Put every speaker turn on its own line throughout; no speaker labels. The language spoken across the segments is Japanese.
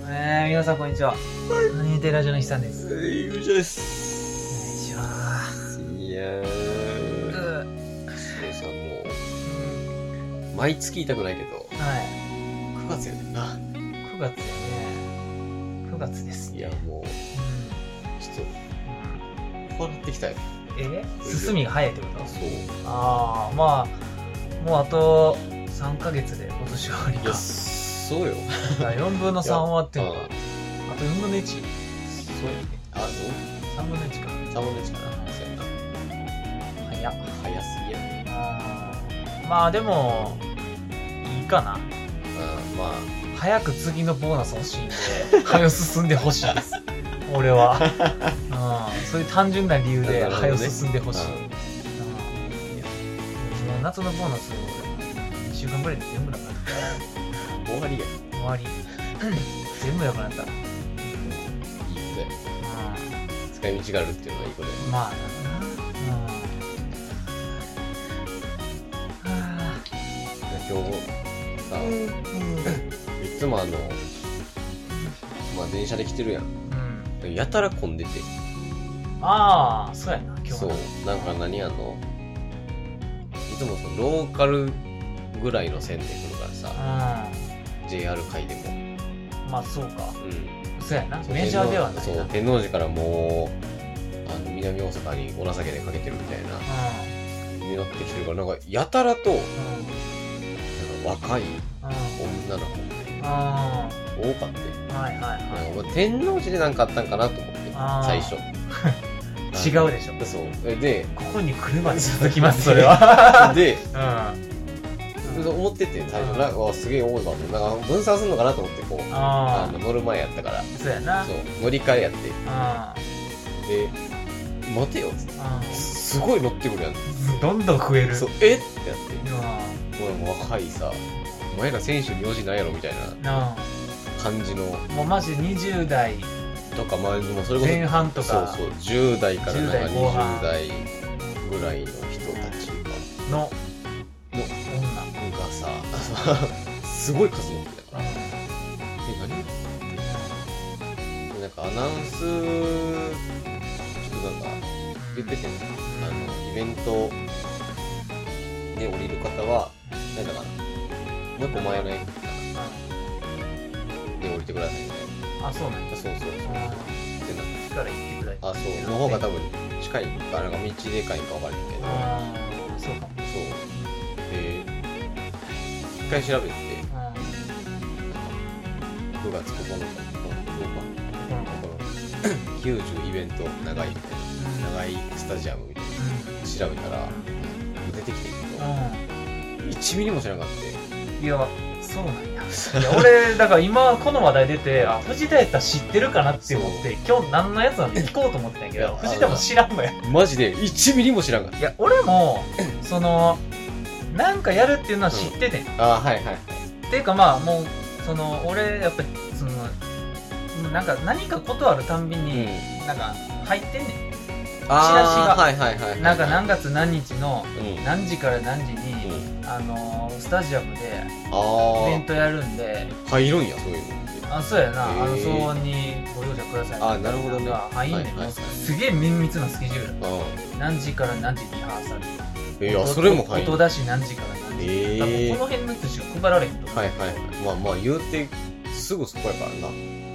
皆さんこんにちは。アニメテラジオの日さんです。
い無事です
よいしょ
いやー
ー。
そうさもう毎月言いたくないけど
は。
9月やねんない
9月だね。9月です
い
ね。
やもうちょっと笑ってきたよ
うんえ進みが早いってこと
そう
ああ、まあ、もうあと3ヶ月で今年終わり
いや
か。
そうよ
4分の3終わってるのか。
あ
あと4分の 1?3
そうやねあ
分の1か。
の3分の1かなそうやな
早っ。
早すぎやね
あーまあでも、いいかな。
うんまあ
早く次のボーナス欲しいんで早進んでほしいです 俺は、うん、 そういう単純な理由で
なるほどね
早進んでほしい、
うん
うんいやもう夏のボーナス2週間ぐらいで全部なくなっ
終わりやいい
た終わ り全部なくなった、うん
ことや使い道があるっていうのはいいことや
まあだな、うんはあ
今日さいつもあのまあ電車で来てるやん
うん
やたら混んでて
ああそうやな今日は
そうなんか何あのいつもそのローカルぐらいの線で来るからさ JR 界でも
うんまあそうか
うん
そうやな
そう
メジャーではない
天王
な
そう天王寺からもうあの南大阪にお情けでかけてるみたいな
う
になってきてるからなんかやたらとなん
ん
か
うん
若い
うん
女の子
あ
多かって
ーはいはいは
なんか俺天王寺で何かあったんかなと思って
あー
最初
い 違うでしょ
でそうえ で
ここに来るまで続きますそれは
で
うん
思ってて最初なんかわすげえ多いわってなんか分散するのかなと思ってこうあ
あ
の乗る前やったから
あそうやな
そう乗り換えやって
あ
で「待てよ」っつって
あ
すごい乗ってくるやん
どんどん増える
そうえっってやって
う
俺もう若いさお前ら選手に用事ないやろみたいなん
な
感じの
あもうマジで20代
とかまあでもそれこそ
前半とか
そうそう10代からなんか
10代後半
20代ぐらいの人たちが
の
の
女
なんかさ すごい数乗ってたからえ何でなんかアナウンスちょっとなんか言っててねあのイベントで降りる方はなんだかなもう一個前の駅かなで降りてくださいみたい
あそうなん
な
や
そうそうそうってな
から行ってくらい
あそうの方が多分近いかなんか道でかいんか分からへんけど
ああそうか
そうで一回調べて
うん
9月9日の9
この子
日90イベント長いみたいな長いスタジアムみたいな調べたら出てきてるけど
うん
1ミリも知らなかった
いや、そうなんや。 いや俺、だから今、この話題出て、あ、藤田やったら知ってるかなって思って、今日何のやつなの聞こうと思ってたんやけ
い
ど、
や
藤田も知らんのや。い
マジで1ミリも知らんかっ
や、俺も、その、なんかやるっていうのは知ってて、
たああはいはいはい
っていうかまあ、もう、その、俺、やっぱり、その、なんか何かことあるたんび
うん
に、なんか入ってんね
ああ
チ
はいはいはいはい
ん。なんか何月何日の
うんうん
何時から何時に、あのースタジアムでイベ
あ
ントやるんで、
あ入るんやそういうのって
あそうやな、
へー
あの騒音にご容赦ください
あなるほどね
なんかあいいね、
はいはいはい
もうすげえ綿密なスケジュール何時から何時リハーサル
うんいやそれも入
音
る
出し何時から何時、
え
多分
え
この辺のやつしか配られへんと思う、
はいはいまあまあ言うてすぐそこやからな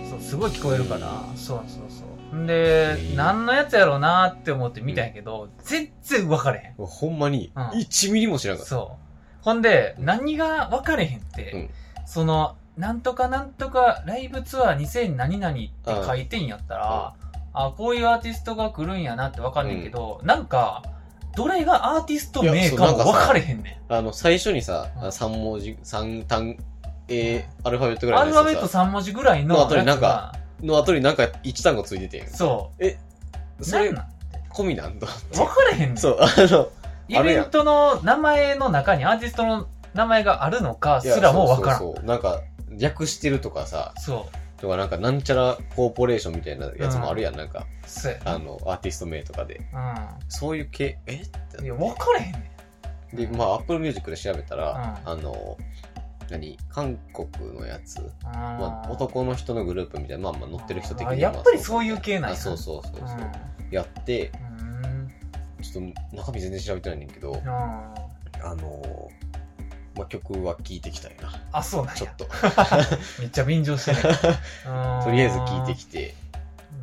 そうすごい聞こえるから、そうそうそうんで、
ー
何のやつやろうなって思って見たんやけど、全然分かれへん
ほんまに
うん
1ミリも知らんかった
そうほんで、
うん
何が分かれへんって、
うん
そのなんとかなんとかライブツアー2000何々って書いてんやったら、あこういうアーティストが来るんやなって分かんねんけど、なんかどれがアーティスト名かも分かれへんね
あの最初にさ
うん
3文字3単えーアルファベットぐ
ん
ら
ア
い
ル
の
ファベ
や
ッ
つ
ト
がさ
3文字ぐらいの
の後に
や
なん
つ
か
が
の後になんか1単語ついててん
そ
そうれ
なんなん
込みなんだ
分かれへんねん
そうあの
イベントの名前の中にアーティストの名前があるのか
いや
すらも分からん
そうそうそうなんか略してるとかさ
そう
とかなんかなんちゃらコーポレーションみたいなやつもあるやん、なんか
そうや
あのアーティスト名とかでそういう系えって
うんい
な
や
っ
分かれへんねん
てでまあアップルミュージックで調べたら、
うん
あの何韓国のやつ、ま
ま
あ、男の人のグループみたいなまあまあ乗ってる人的には
や
ま
っ
あ
ぱりそういう系なん
あ
や
そうそうそう
う
そ
ん
う、やって
うん
ちょっと中身全然調べてないねんだけど、
あ
あのーまあ、曲は聴いてきたいな
ーあそうなん
ちょ
や
っと
めっちゃ便乗してね
とりあえず聴いてきて
て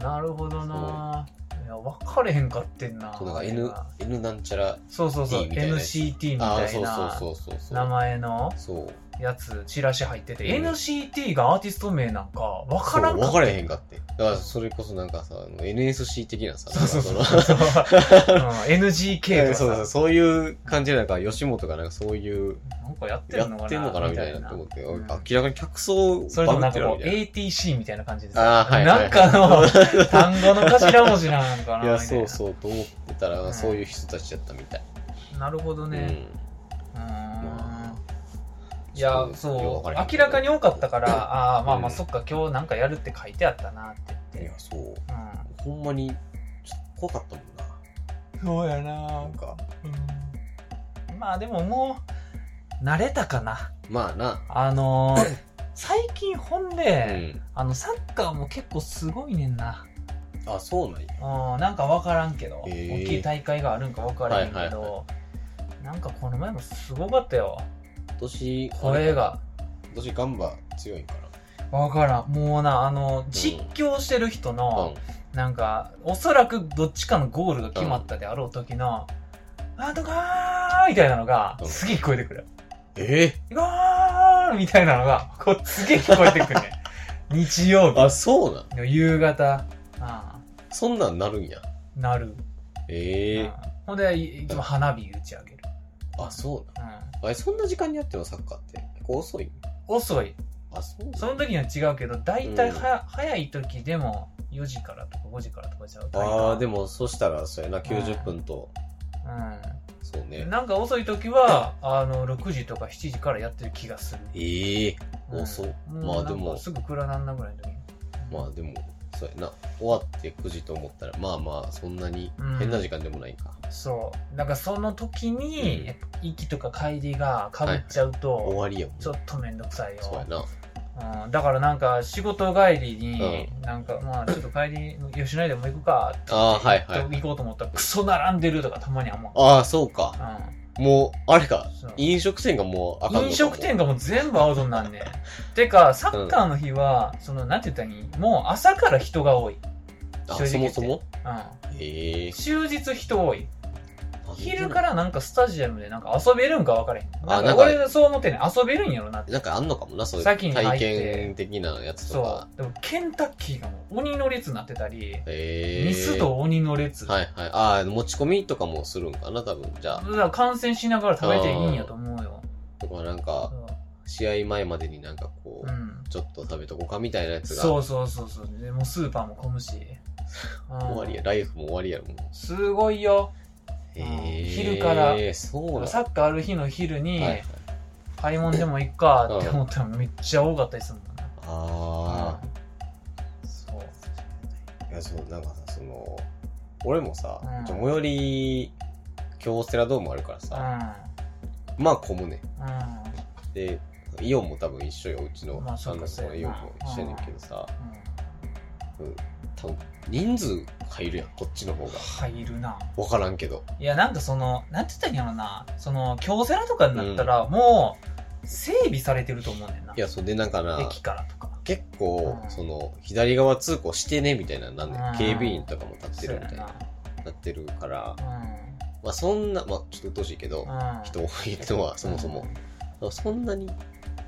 なるほどないや分かれへんかってんな
そうなんか N, N なんちゃら
そうそうそう
T みたいなやつ
NCT み
ああ
たい
そう
な
そうそうそうそう
名前の
そう
やつチラシ入ってて
うん
NCT がアーティスト名なんか分
そ
から
うん
か
分
った
かれへんかってだからそれこそなんかさあの NSC 的なさ
そうそう そうそう
なんか
うん NGK と
え
か
そうそう
さ
そういう感じでなんか吉本がなんかそういう
なんかやって
や
るのかな
ってんのかなみたいなと思って、
うん
明らかに客層
それともなんかこう
バグってる
ATC みたいな感じでさ
なみたいなあーはい
なんか
はい
の単語の頭文字なん か
い
な
や
みたい
そう
な
そうと思ってたら、
うん
そういう人たちだったみたい、
なるほどね
う
う
ん
ーん
ま
いや
よ
そう
くわんけ
明
ど
らかに多かったからああーまあまあ
うん
そっか今日なんかやるって書いてあったなって言
い
って
やそう
うん
ほんまにちょっと怖かったもんな
そうや
な
なん
か
うんまあでももう慣れたかな
まあな
あの ー最近ほん
う
で、
ん
あのサッカーも結構すごいねんな
あそうなんや
うんなんか分からんけど、
へー
大きい大会があるんか分からへんけど、
はいはいは
なんかこの前もすごかったよ
今年
声が
今年ガンバ強いんか
分からんもうなあの実況してる人
な
の、なんかおそらくどっちかのゴールが決まったであろう時の「あとかー!」みたいなのが
うん
すげえ聞こえてくる
え
ゴーみたいなのが、こう、すげえ聞こえてくる ね。日曜
ー、あそうなん
日の夕方、あ
そんなんなるんや
あなる。
ええ
ああほんで、いいつも花火打ち上げる。
あそう
うん
なんあれそんな時間にやってんのサッカーって結構遅い
遅い。
あそうなん
その時には違うけど、大体は、早い時でも、4時からとか5時からとかちゃう。
ああで
も。
もそしたらそうやな90分と、そう
う
ね
ん。なんか遅い時は、あの、6時とか7時からやってる気がする。
ええ
うん
遅っ
う
まあ
なんか
でも
すぐ暗なんなぐらいの時に。
まあでもそうやな終わって9時と思ったらまあまあそんなに
うん
変な時間でもないか、
そう。なんかその時
う
に、
ん
やっぱ息とか帰りが被っちゃうと、
終わりやもん
ちょっとめんどくさい
そうや
よ。
な
うん、だからなんか仕事帰りに、
う
なんかまあちょっと帰り、吉野家でも行くかって
ああーはいは
行
い
こうと思ったら、クソ並んでるとかたまには思う。
ああそうか
う
もうあれか
そう
飲食店がもうあかんの
ん、
か
飲食店がもう全部アウトになん ねん。てか、サッカーの日は、その、なんて言ったらいいもう朝から人が多い。
あ
正直
そ
言
も
って
そも
う
ええ
ん。終日人多い。
なんで
昼からなんかスタジアムでなんか遊べるんか分からへん。
あ
なんか
な
俺そう思ってんねん。遊べるんやろなって。
なんかあんのかもなそういう
先に入っ
体
て
験的なやつと
そ
か
う。でも、ケンタッキーがもう鬼の列になってたり、
ええ
ミスと鬼の列。
はいはいああ持ち込みとかもするんかな多分じゃあ
だから感染しながら食べていいんやと思うよ。
とかなんか試合前までになんかこ
う
う、
ん。
ちょっと食べとこうかみたいなやつが
そうそうそうそう。でもうスーパーも混むし。うん
終わりやライフも終わりやろもう
すごいよ。
へえ
昼から
そうなん
サッカーある日の昼に
はいはい、
買い物でも行くかって思ったらめっちゃ多かったりするもんな。
あ
うんそう。
あいやそうなんかさその俺もさ、
うん
ちょ最寄り京セラドームあるから
う
さ、
ん。
まあ混むね
うん。
でイオンも多分一緒ようちの、
まあそうか
の
そうやな
イオンも一緒やねんけどさ、多分人数入るやんこっちの方が
入るな。
分からんけど
いや、なんかその、なんて言ったらいいんやろな。その、京セラとかになったら、もう、整備されてると思うねんな。
いやそうでなんかな
駅からとか。
結構、
うん
その左側通行してねみたいななんで、
うん
警備員とかも立ってるみたい
そうや
ななってるから
な。
まあそんなまあちょっとうっとうしいけど、
うん。うん。
人多いのはそもそも、そんなに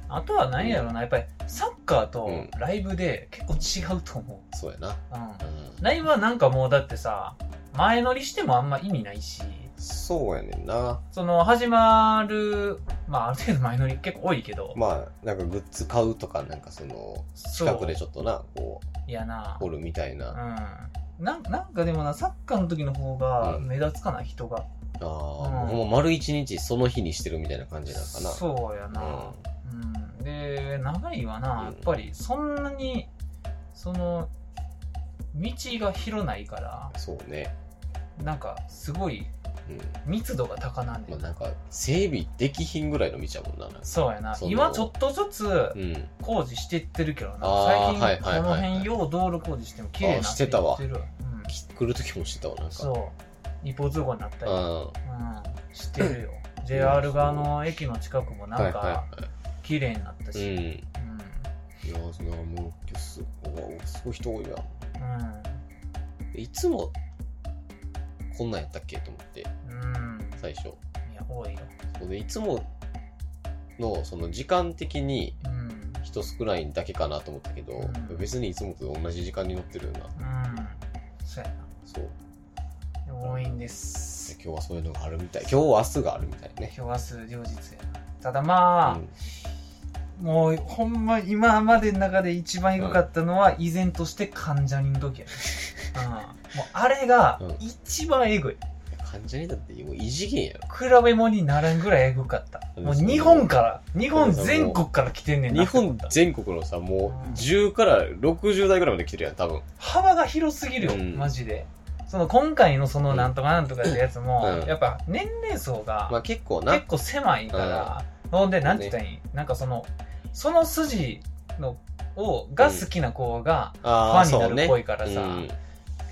あとは何やろうな、やっぱりサッカーと
うん
ライブで結構違うと思
そうやな、
う。うん。
うん
ライブはなんかもうだってさ、前乗りしてもあんま意味ないし、
そうやねんな
その始まる、まあある程度前乗り結構多いけど、
まあなんかグッズ買うとかなんかその
そう
近くでちょっとなこう
いやな。
おるみたいな、
う
あ
ん。なんなんかでもな、サッカーの時の方が
うん
目立つかな、人が。
あー
うん
もう丸一日その日にしてるみたいな感じなのかな
そうやな。うん。で、長いはな、やっぱりそんなに、その、道が広ないから
う、んそうね
なんかすごい
うん
密度が高なんで、
まあ、なんか整備できひんぐらいの道やもんななんか
そうやな
その
今ちょっとずつ
うん
工事してってるけどな
あ
最
ー
近
はいはい
こ
はい
の
はい
辺よう道路工事しても綺麗になっていっ
あーして
るわ、
き来る時もしてたわなん
うん、
か
そう一方通行になったり、うん、
あ
してるよ JR 側の駅の近くも
あ
な
はい
んか
はいは
綺麗になった
い
し、
うん
うん
いやーなんかもう今日すごいすごい人多いわ
う
いつもこんなんやったっけと思って
んうん
最初
いや多いよ
そうでいつものその時間的に
うんうん
人少ないだけかなと思ったけど、
うん
別にいつもと同じ時間に乗ってるよな
そうや
そう
な多いんで
です今日はそういうのがあるみたい今日明日があるみたいね
今日明日両日やなただまあ、
うん
もうほんま今までの中で一番エグかったのは依然として関ジャニの 時やね、うん、もうあれが
うん
一番エグい
関ジャニだってもう異次元やろ
比べ物にならんぐらいエグかったもう
そう
日本から日本全国から来てんねんな
日本全国のさもう10から60代ぐらいまで来てるやん多分
幅が広すぎるよ、
うん
マジでその今回のその
うん
なんとかなんとかってやつも、
うん
やっぱ年齢層
ま
が
あ結構な
結構狭いから、ほんでなんて言ったらいい、なんかそのその筋のをが好きな子がフ
あ
ァ
あ
ンにな
そう
るっ
ね
ぽいからさ、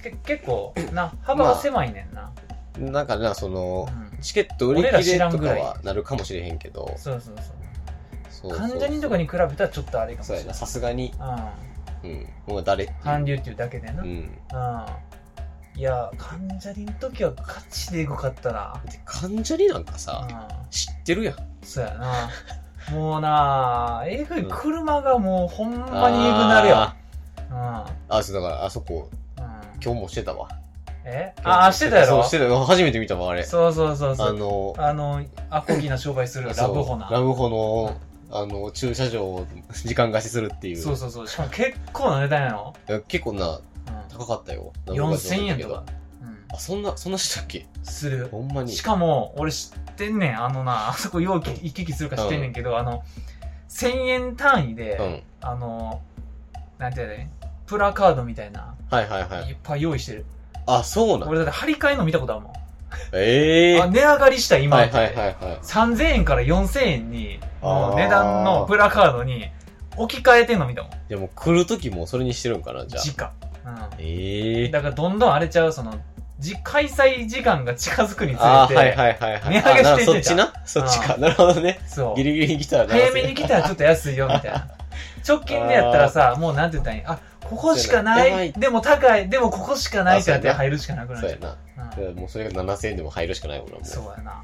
け結 構な幅が狭いねんな、
うん、なんかなその
うん
チケット売り切れ
俺ら知らん
と
ぐ
から
い
はなるかもしれへんけど
そうそうそう
そうそう
関ジャニとかに比べたらちょっとあれかもし
そう
れ
や
な
ないさすがに
うん
うんもう誰っていう
韓流っていうだけでな
う
うん、
ん
いや関ジャニの時はガチでエグかったな
で関ジャニなんかさ、
う
知ってるやん
んそうやなもうなあえぐい車がもうほんまにエグなるよ
あ
う
ーあそうだからあそこ
ん、うん、
今日もしてたわ
えああしてたや
そ
ろ
うしてたよ初めて見たわあれ
そうそうそうそ
あ
う
の
あのアコギな商売するラブホな
そうラブホのあの駐車場を時間貸しするっていう
そうそうそうしかも結構な値段やろ、
いや結構な
う
高かったよ
ん、4000円とか、うん、
あそんなそんなしたっけ
する
ほんまに
しかも俺知ってんねんあのなあそこ容器行き来するか知ってんねんけど、あの1000円単位で、
うん
あのなんてやねプラカードみたいな、、
はいはいはいい
っぱい用意してる
あそうなん
俺だって張り替えの見たことあるもん、
ええ
あ値上がりした今
は
っ
い
て、
はいはいはい
3000円から4000円に
あー
もう値段のプラカードに置き換えてんの見たもん
でも来る時もそれにしてるんかなじゃ
時
あ
価、う
え
ん、
え
だからどんどん荒れちゃうそのじ開催時間が近づくにつれて、
あーはいはいはいはい
値上げしていってた
あなそっちなそっちかなるほどね
そう
ギリギリに来たらな
早めに来たらちょっと安いよみたい な直近でやったらさもうなんて言ったらいいあここしか
そうや
な
ない
でも高いでもここしかないってなって
あそうやな
入るしかなくなっ
そう
ちゃ
や
う
な
う
いやもうそれが7000円でも入るしかないもんなも
ん
う
そうやな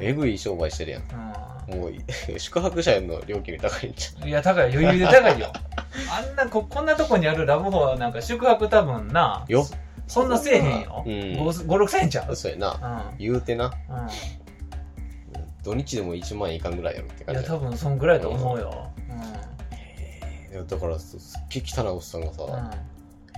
えぐい商売してるやん
う
もう宿泊者の料金が高いんじゃん
ん、うん、いや高いよ余裕で高いよ あんなここんなとこにあるラブホはなんか宿泊多分な
よ
そんなせえへんよ、
うん
56000円ちゃう
そうやな
うん
言うてな
うん
土日でも1万円いかんぐらいやろって
い
感
や
じ
多分そんぐらいだと思うようん、
いやだからすすっげえ汚いおっさんがさ、
う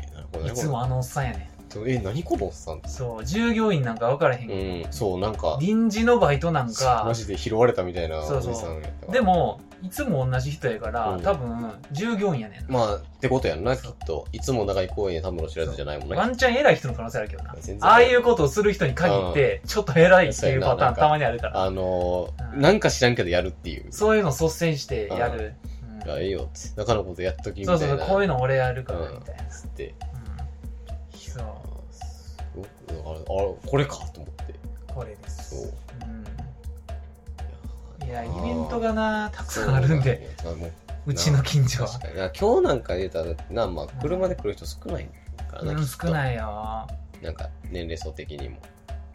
えなんかこ
ん、
れ
いつもあのおっさんやね
え何このおっさんって
そう従業員なんか分からへんけど、
うんそうなんか
臨時のバイトなんか
マジで拾われたみたいな
そ
お
う
じ
そう
さんやったわ
でもいつも同じ人やから、
うん
多分従業員やねんな、
まあってことやんなき
そ
っ
う
といつも長い公園やたむろ知らずじゃないもん
ワ
ね
ンチャン偉い人の可能性あるけどな
全然
ああいうことをする人に限ってちょっと偉いっていうパターン
そうやななんか
たまにあるから
あのー
うん
なんか知らんけどやるっていう
そういうの率先してやる、うん
いやええよって中のことやっときみ
そ
たいう
そ
な
うそうこういうの俺やるからみたいな、
つって
うんそう
すごくだからあれこれかと思って
これです
そう
うん、いやイベントがなたくさんあるんで
そうなんだよ
うちの近所は
確かにな今日なんか言うたらなまあ車で来る人少ないからな、
うん
きっと
少ないよ
なんか年齢層的にも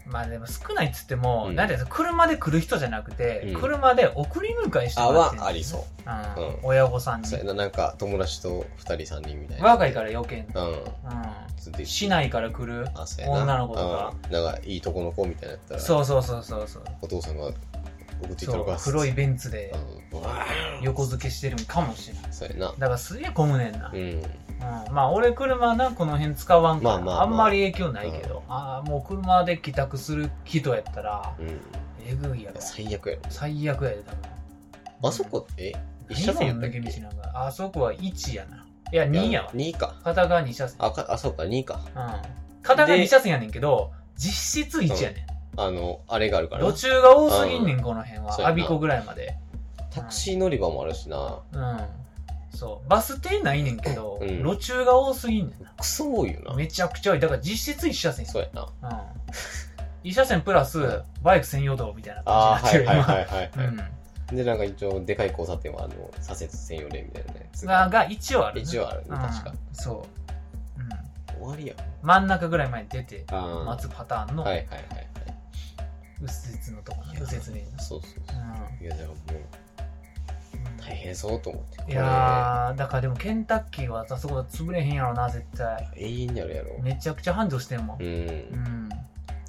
まあでも少ないっつっても、
うん
なんていうの車で来る人じゃなくて、
うん
車で送り迎えして
あ
もらってん
はありそう
う、
うん
ん、親御さんに
そうやななんか友達と2人3人みたいな
若いから余計に、
らうん
う
つって
ん、市内から来る
あそうやな
女の子とか
うんなんかいいとこの子みたいなやったら
そうそうそうそうそう
お父さんが送っていった
そ
の
う
か
黒いベンツで
うんうわー
横付けしてるんかもしれない
そうやな
だからすげえ混むねんな、
う
うん
ん
まあ俺車なこの辺使わんから、
まあまあまあ
んまり影響ないけど、ああもう車で帰宅する人やったら
うん
えぐいやろ
最悪やろ
最悪やで多分
あそこえ一
一
車
車
線
線やった
やっ
た
っ
っ
け
け道なんかあそこは1やないや2やわ
2か
片側2車線
あかあそうか2か
うん片側
で
2車線やねんけど実質1やねん。
あの、あれがあるからな
路中が多すぎんねん、この辺
そう
は。
やな
アビコぐらいまで。
タクシー乗り場もあるしな。
うん。そう。バス停ないねんけど、
うん
路中が多すぎんねんな。
クソ多いよな。
めちゃくちゃ多い。だから実質1車線や
そうやな。
うん。1車線プラス、バイク専用道みたいな
あ
感
あ、
じ
は
に
い
な
は
ってる、
いはいはい
今。
は
う
い
ん。
で、なんか一応、でかい交差点は、あの、左折専用レーンみたいなね。
が、が一応ある、ね。
一応あるね、
うん
確か。
そう。うん。
終わりやん。
真ん中ぐらい前に出て、
あ
待つパターンの
は
右
いはいはいはい。
折のとこ、
いや
右折レーンの。
そうそうそう。いや、でももう、
うん
大変そうと思って。こ
い
れ
やー、だからでもケンタッキーはあそこ潰れへんやろな、絶対。
永遠にあるやろ。
めちゃくちゃ繁盛してんもん
う。。
うんん。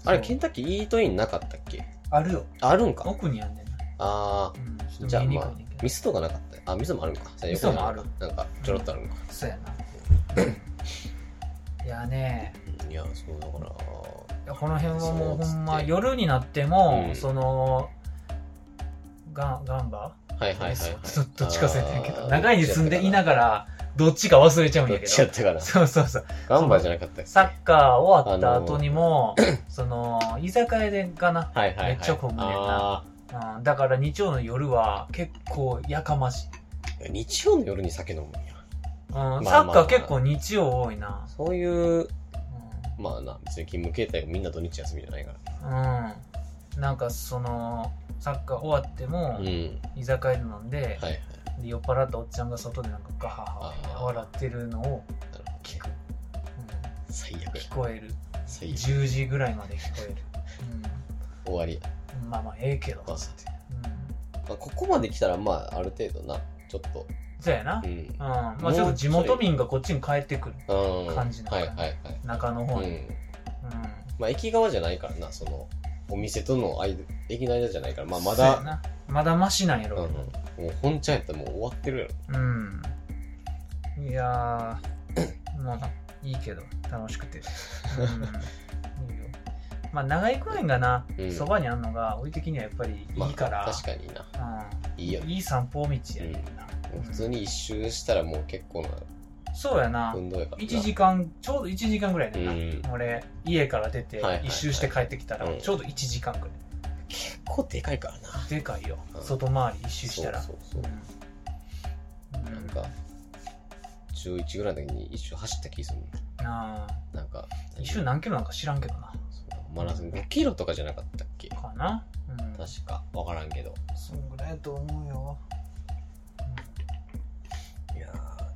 あれ、
そ
ケ
う
ンタッキーイートインなかったっけ
あるよ。
あるんか。
奥にあんねんな。
あ
うん。ちょっと
あ。じゃあ、
見にく
ま
い
あ
ねんけ、ど。
ミスとかなかった。あ、ミスもあるんか。じゃ
ミスもある
横になんか、ちょろっとあるんか。
そうやな。 いやね、
いや、そうだから。
いやこの辺はもう
そうっつって
ほんま、夜になっても、
うん
その、ガン、ガンバ
はいはいはいはい。
そうどっちか忘れてんけ
あ
ど、
ー
長いに住んでいな
ど
がら、どっちか忘れちゃうん
っ
やけ
ちやっ
ど。
たかな。
そうそうそう。
ガンバじゃなかったっけ
サッカー終わった後に も、その、居酒屋でかな。
はいはいはい。
めっちゃ混むねんな
あ
うん、だから日曜の夜は結構やかましい。
ー日曜の夜に酒飲むんや。
うん、
あ
サッカー結構日曜多いな。
そういう、まあな、別に勤務形態がみんな土日休みじゃないか
うん。なんかその、サッカー終わって
ら。
も
うん。、
居酒屋で飲んで、
はいはい。
で酔っ払ったおっちゃんが外でなんかガハ
あ
ハ
ー
笑ってるのを
なるほど
聞く。う
最悪
ん、
や。
聞こえる。
最悪。
10時ぐらいまで聞こえ る。
終わりや。
うん、まあまあ、ええけど。
まあ、
うん。
まあここまで来たら、まあ、ある程度な、ちょっと。
そうやな。
う
うん。
ん。
まあちょっと地元民がこっちに帰ってくる。
うん。
感じなの
はい
か
は
ない
はい。
中の方
う
に。うん。
ん。まあ、駅側じゃないからな、その、お店との間、駅の間じゃないから、まあ、ま
そうや
だ、
な。まだマシなんや
うん
ろうけど。
もう本ちゃんやったらもう終わってるやろ。
うん。い やー、まあ、いいけど、楽しく て。うん。いいよ。まあ、長井公園がな
う、ん
そば、にあんのが、俺的にはやっぱりいいから、
まあ、確かにな。いいよ
うん、。いい散歩道やねんな。
もう普通に一周したらもう結構
そうやな
な。運動やからな。
1時間、ちょうど1時間ぐらいでな。
うん
俺、家から出て
はいはい、はい
一周して帰ってきたら
う、ん
ちょうど1時間ぐらい。
結構でかいからな。
でかいよ。
うん
外回り一周したら。
そうそ
う
う
ん
そう。なん
う
か、中1ぐらいの時に一周走った気するの。
んなあ
なんか、
一周何キロなんか知らんけどな。
そうマラソン5キロとかじゃなかったっけ
かな。うん
確か。わからんけど。
そんぐらいやと思うよ。
いやーな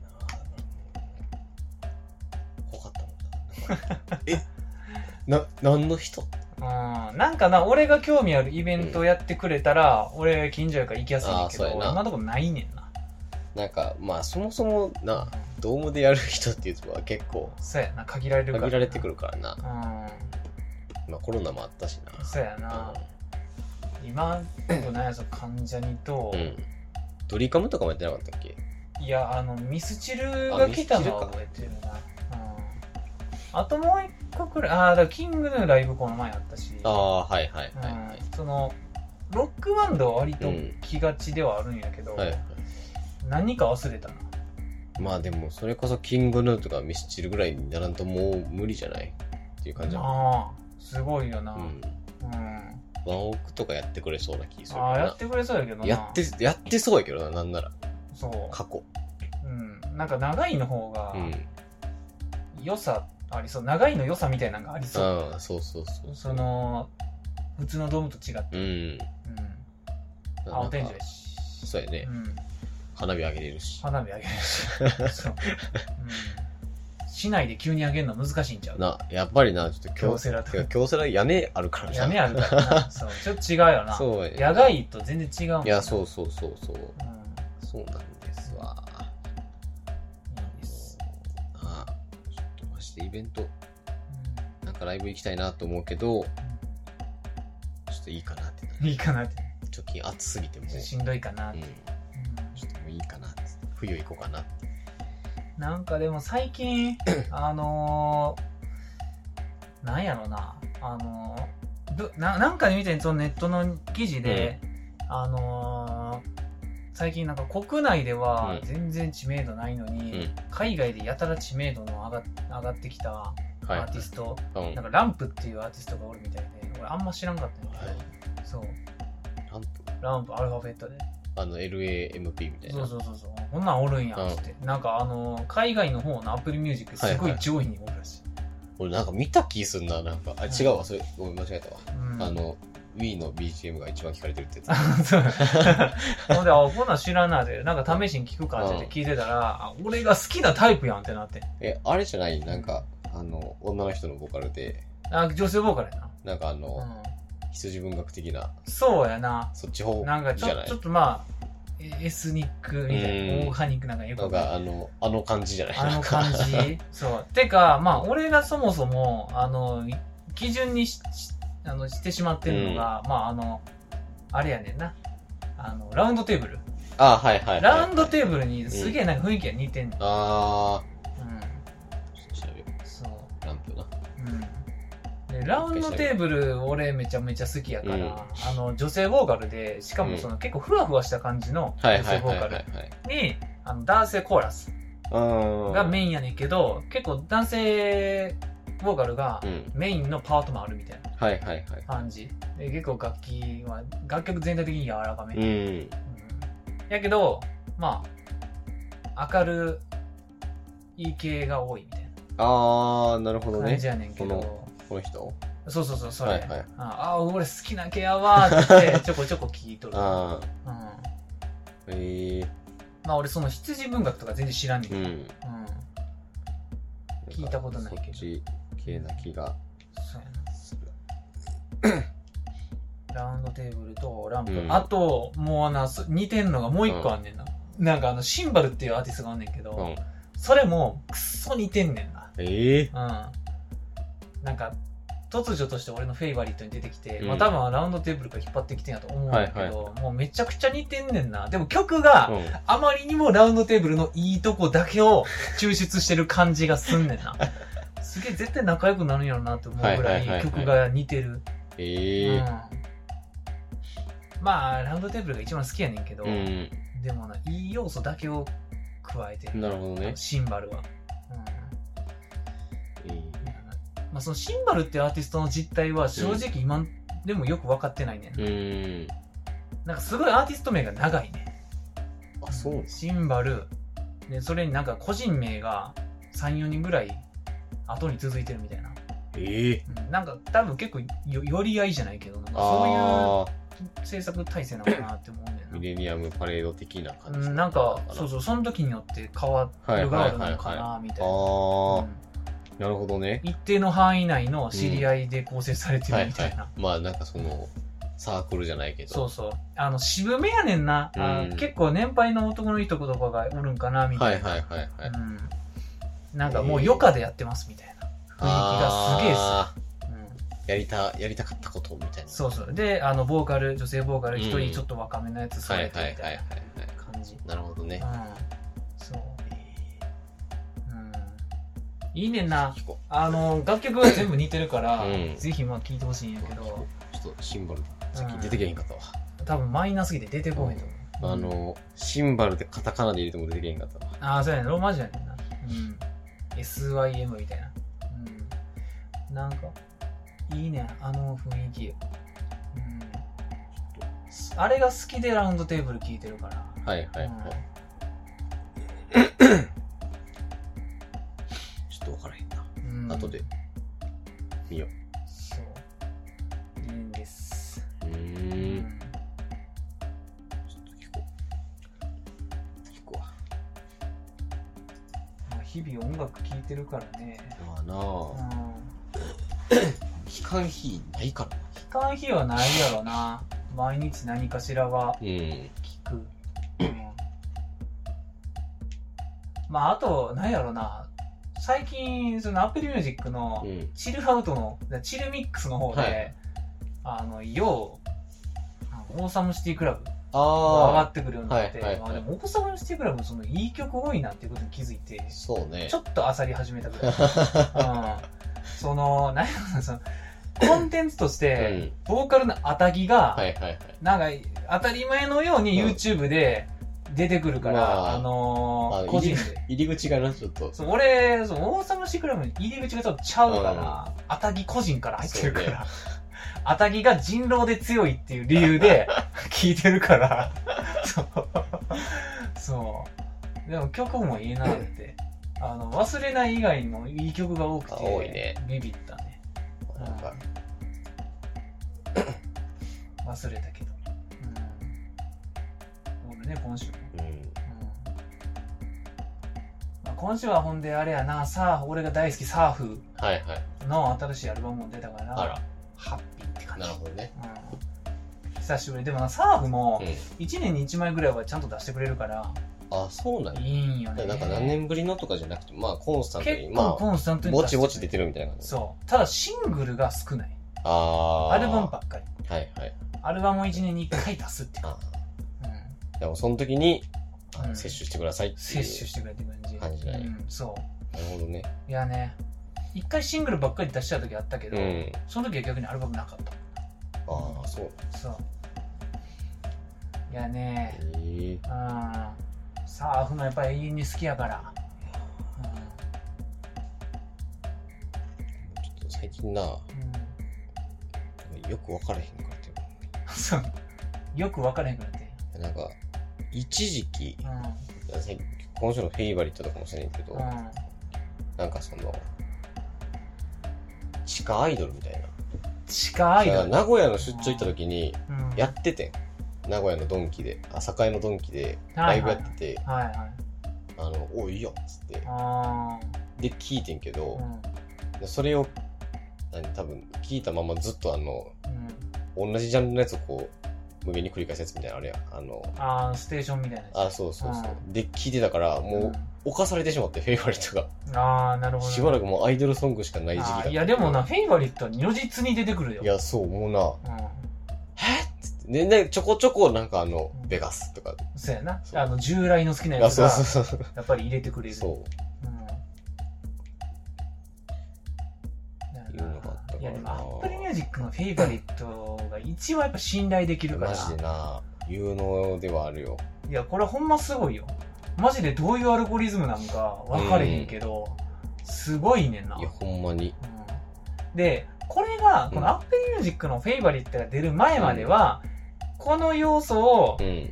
ー怖かったもんな。えな、何の人
うん、なんかな、俺が興味あるイベントやってくれたら、俺近所やから行きやすいねんけど、
あーそうやな
今のとこないねんな。
なんか、まあ、そもそもな、ドームでやる人っていうのは結構
そうやな、限られるから。
限られてく
る。
るからな
う。ん、
まあ、コロナもあったしな。
そうやな。今、なんやぞ、関ジャニと、
うん。ドリカムとかもやってなかったっけ
いや、あの、ミスチルが来たのは
あミ
覚えてるな。うん、あともう一個くらい、ああ、だからキングのライブこの前あったし、
ああ、はいはいはいは
うん、その、ロックバンドは割と
うん
来がちではあるんやけど、
い。はいはい
何か忘れたな。
まあでも、それこそキングヌーとかミスチルぐらいにならんともう無理じゃないっていう感じだもん
ああすごいよな、う
うんん。ワンオクとかやってくれそうな気する
ああやっ
な。
てくれそうやけどな
やって、やってそうやけどな、なんなら。
そ
過去。
う、うん、なんか長いの方が
うん。
良さありそう長いの良さみたいなのがありそう、
ああ、そうそうそう。
そ、の普通のドームと違って、
うん。
うん、
なんか
青天井やし
そうやね
う。ん、
花火上げれるし。
花火あげるしそう、うん、市内で急にあげるの難しいんちゃう
な、やっぱりな、ちょっと
京
京
セラと
てか京セラ屋根あるからな。
屋根あるからなそうちょっと違うよな
そうやね。
野外と全然違うん
いや、そうそうそうそう。
うん、
そうなんですわ。
いいです、
ああ、ちょっとましてイベント、
うん
なんかライブ行きたいなと思うけど、ちょっといいかなってな。
いいかなって。
貯金暑すぎてもう、うん、ち
しんどいかなって。
ょ
うん
っともういいかなって。冬行こうかなって。
なんかでも最 近、あのー、なんやろな、あのーどな、なんかで見てんそのネットの記事で、あのー、最近なんか国内では
うん
全然知名度ないのに、
うん
海外でやたら知名度の上が上がってきたア
はい
ーティスト、
うん
なんかランプっていうアーティストがおるみたいで、俺あんま知らんかったんやけど、
はい
そう、
ランプ
ランプアルファベットで。
あの LAMP みたい
そう
な
そうそうそう。こんなんおるんやっつって。なんかあのー、海外の方のアップルミュージックすごい上位におるらしい。
俺なんか見た気すんななんかあ違うわそれごめん間違えたわ、
うん
あの Wii の BGM が一番聞かれてるってや
あ そうほんで、あ、こんなん知らんなで、なんか試しに聞くかって言って聞いてたら、あ俺が好きなタイプやんってなって。
つえあれじゃないなんかあの女の人のボーカルで
あ女性ボーカルやな。
なんかあ
う
の、
ん。
羊文学的な
そうやな。
そっち方
なんかち
じゃ
ょ
ない
ちょっとまあ、エエスニックみたいな、
うん
オーガニックなんかよく
な
わ
ん
かんない
かあのあの感じじゃない
あ
な
の
んか
感じそう。てか、まあ、俺がそもそも、あの、基準にししあのしてしまってるのが、まあ、あの、あれやねんな。あの、ラウンドテーブル。
あはいはいはい
ラウンドテーブルにすげえなんか雰囲気が似てんの。
あ
うん。
ーちょっと調べよ
そう。
うランプな
うん。で、ラウンドテーブル、俺めちゃめちゃ好きやから、
うん
あの、女性ボーカルで、しかもその、結構ふわふわした感じの
はい
女
は
性
い
ボ
はい
ーカ
はい
ル
はい
に、あの、男性コーラス
うん
がメインやねんけど、結構男性ボーカルが、
うん
メインのパートもあるみたいな
はいはいはい
感じで結構楽器は楽曲全体的に柔らかめ、
う
うん
ん
やけどまあ明るい系が多いみたい
ああなるほど
な感
ね
じやねんけど、
ここの人
そうそうそうそれ、
はいはい
ああ俺好きな系やわーって言ってちょこちょこ聞いとる、うん、
ああ
ま
ええ
あ俺その羊文学とか全然知らんねんけ
う
ど、うん
ん
聞いたことないけど
そっち系な気が
そうや
する
なラウンドテーブルとランプ、
うん
あともうなそ似てんのがもう一個あんねんな、なんかあのシンバルっていうアーティストがあんねんけど、
うん
それも、くっそ似てんねんな。
ええ
うん。なんか、突如として俺のフェイバリットに出てきて、
うん
まあ多分ラウンドテーブルから引っ張ってきてんやと思うんだけど、
はい
もうめちゃくちゃ似てんねんな。でも曲が、
う
あまりにもラウンドテーブルのいいとこだけを抽出してる感じがすんねん な。すげえ絶対仲良くなるんやろなって思うぐ
は
ら
いはいはいはいい
曲が似てる。
んええ
うん。まあ、ラウンドテーブルが一番好きやねんけど、
うん
でもな、いい要素だけを加えてる。
なるほどね
シンバルは。うん
ええ
まあ、そのシンバルってアーティストの実態は正直今でもよく分かってないねん、
うん
なんかすごいアーティスト名が長いね
あそうなん
シンバルでそれになんか個人名が34人ぐらい後に続いてるみたいな、
ええ
うんなんか多分結構よ寄り合いじゃないけどなんかそ
ああ
ういう制作体制なのかなって思うねんだ
ミレニアムパレード的な
う
感じ
ん、なんかそうそうその時によって変わるガールなのかなみたいな、
あ
うん
あなるほどね
一定の範囲内の知り合いで構成されて
は
る
い
み
は
たいな、
いまあなんかそのサークルじゃないけど
そうそう。あの、渋めやねんな。あ
うん
結構年配の男の人とかがおるんかな、みた
はい
いな。
はいはいはい
うん。なんかもう余暇でやってます、みたいな。雰囲気がすげえっすよ
あ
うん。
ーやりたやりたかったことみたいな
そうそう。で、あの、ボーカル、女性ボーカル一
う
人
ん
ちょっと若めのやつ
は
添え
い
て
はいはい
み
は
た
い
い
は
な感じ。
いなるほどね
うん。そう。
え
うん。いいねんな
ー。聞こ
あの、楽曲は全部似てるから、
うん
ぜひまあ聴いてほしいん
う
やけど、
ちょっとシンバルさっき出てけへんかったわ
多分マイナーすぎて出てこへんと思う。
あのシンバルでカタカナで入れても出てけへんかったわ
ああ、そうやね。ローマ字やねんな。うん。SYM みたいな。うん。なんか、いいね。あの雰囲気。うん。あれが好きでラウンドテーブル聞いてるから。
はいはいはい
うん
ちょっと分からへんな
うん
後で。見よ
そう。いいんです。
うう
う
ーん
ん。
ちょっと聞こう聞こうわ
まあ、日々音楽聞いてるからね。
まあな
う
あ
ん。
期間費ないからな
期間費はないやろな。毎日何かしらは。
うん
聞く。まあ、あと、なんやろな。最近、その Apple Music の
うん
チルアウトの、チルミックスの方で、
はい
あの、よう、あのオーサムシティクラブが上が
あ
ってくるようになって、
はいはいはい
まあでもオーサムシティクラブもそのいい曲多いなっていうことに気づいて、
あそうね
ちょっと漁り始めた ぐらい。うん。その、なんやろな、その、コンテンツとして、ボーカルのアタギが、
はいはいはい
なんか当たり前のように
うん
YouTube で出てくるから、
ま
あ、
あ
のー
あ
個人で。
入り口がな、ちょっと。
そう俺、そう王様シクラブの入り口がちょっとちゃうから、アタギ個人から入ってるから、 アタギが人狼で強いっていう理由 で聞いてるから、そう。そう。でも曲もいいなって。あの、忘れない以外にもいい曲が多くて、
あ多いね
ビビったね。
なんか、
忘れたけど。うん。俺ね、今週も。
うん。
うんまあ、今週はほんであれやな、サーフ、俺が大好きサーフ
はいはい。
の新しいアルバムも出たから、
あ
ハッピーって
ら、
感じ
なる。ほどね。
うん久しぶり。でもな、サーフも
うん
1年に1枚ぐらいはちゃんと出してくれるから、
あ、そうなんや
いいんよね。
なんか何年ぶりのとかじゃなくて、まあ、コンスタントに、
結
ま
構
あ、
コンスタントに
ぼ
出して
ち
くれる
ぼち出てるみたいな感じ。
そう。ただシングルが少ない。
ああ。
アルバムばっかり。
はいはい。
アルバムを1年に1回出すっていう。
あ
うん
ーでも、その時に、あ
うん
摂取してくださいっていう。
摂取してくれって感じ。
感じだね
うん、そう。
なるほどね。
いやね、一回シングルばっかり出した時あったけど、
うん。
その時は逆にアルバムなかった。
ああ、そう。
そういやね
へえ。
うんサーフもやっぱり永遠に好きやから、
ちょっと最近な、よ
うんうん
く分からへんからって。
そうよく分からへんくなって
なんか、一時期、
う
最近今週のフェイバリットとかもしれんけど、
んうん
なんかその、地下アイドルみたいな。
地下アイドル
名古屋の出張行った時に、
うん
やっててん。名古屋のドンキで、あ、栄のドンキで、ラ
はいはい
イブやってて、
はいはい
あの、おういいよ、っつって。
あ
で、聞いてんけ
ーう
ど、
ん
それを、何、多分、聞いたままずっとあの、
うん
同じジャンルのやつをこう、無限に繰り返すやつみたいなのあれや。あの、
あーステーションみたいなやつ
あ、そうそうそう。で、聞いてたから、もう、犯されてしまって、フェイバリットが。
うんああなるほど
しばら
く
くもうアイドルソングしかない時期だった。
いやでもな。フェイバリットは如実に出てくるよ
いや、そう、もうな。
うん
で、ね、ちょこちょこなんかあの、ベガスとか。
そうやな
そう
あの従来の好きなや
あ、
つ
そう
が
そうそう。
やっぱり入れてくれる
そ
うん
いうのがあったからない
やでもアップルミュージックのフェイバリットが一番やっぱ信頼でき
う。
るか
マ
ら
ジでな、有能ではあるよ。
いやこれほんますごいよマジでどういうアルゴリズムなんか分かれへんけど、すごいねんな、
いや、ほんまに。
うんでこれがこ
うん
のアップルミュージックのフェイバリットが出る前までは、この要素を
うん。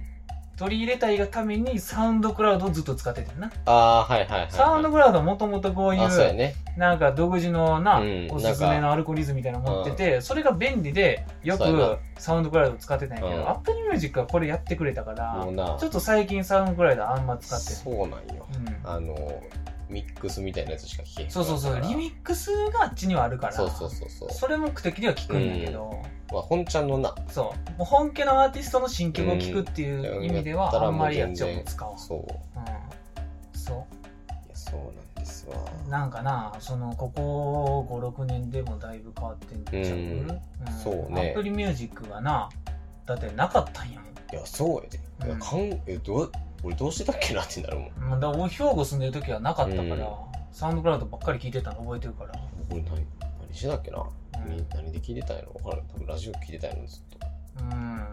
取り入れたいがためにサウンドクラウドをずっと使っててんな、
ああ、はいはいはいはい。
サウンドクラウドはもともとこうい
あ、そうや
う
ね。
なんか独自のな、
うん
おすすめのアルゴリズムみたいなの持ってて、それが便利でよ
そうや
くサウンドクラウド使ってたんやけど、
うん
アップルミュージックはこれやってくれたから
もうな
ちょ、っと最近サウンドクラウドあんま使って
そうなんよ。
ない、うん
あの、ミックスみたいなやつしか聞けへんか
そう
ら。
そうそうリミックスがあっちにはあるから
そうそうそうそう。
それ目的では聞くんやけど、
まあ、本ちゃんのな、
そうもう本家のアーティストの新曲を聞くっていう意味で
うん
はあんまり
や
や
っ
っち
た
ゃ
ら
う
もう全然
使わん
そう。
うんそ
いや、そうなんですわ。
うなんかなそのここ56年でもだいぶ変わってんちゃう、
うん
ん
そうね
アップルミュージックがなだってなかったんやもん
いや、そうやで。いや、かん、え、どう、俺どうしてたっけなってなるもん。
まあ、だから俺兵庫住んでる時はなかったから、
うん
サウンドクラウドばっかり聞いてたの覚えてるから、
俺何、何してたっけな。
うん
み何で聞いてたんやろ分からん多分ラジオ聞いてたんやろずっと
うん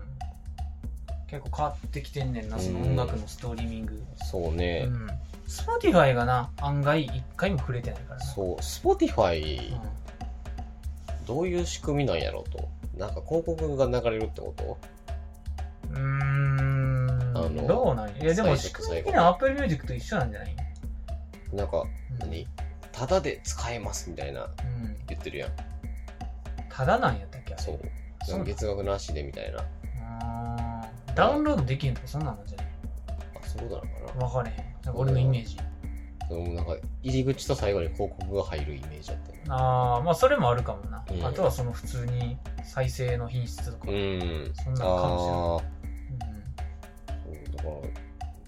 結構変わってきてんねんなその音楽のストリーミング
そう
う
ね、
ん Spotify がな案外一回も触れてないからな
そう Spotify
うん
どういう仕組みなんやろうとなんか広告が流れるってこと
うー
あ
ん
の
どうなんやいやでも
最初
仕組み
最後
的には Apple Music と一緒なんじゃない
なんか
うん
何ただで使えますみたいな
うん
言ってるやん
ただなんやったっけあれ
そう
そうなん
月額なしでみたいなあ
うんダウンロードできへんとかそんなんなんじゃない
そういうことなのかな
分かれへんなんか俺のイメージ
でもなんか入り口と最後に広告が入るイメージだったよね
ああまあそれもあるかもな、
うん
あとはその普通に再生の品質とか、
うん
そんなのかも
あ
しれない、
あーそう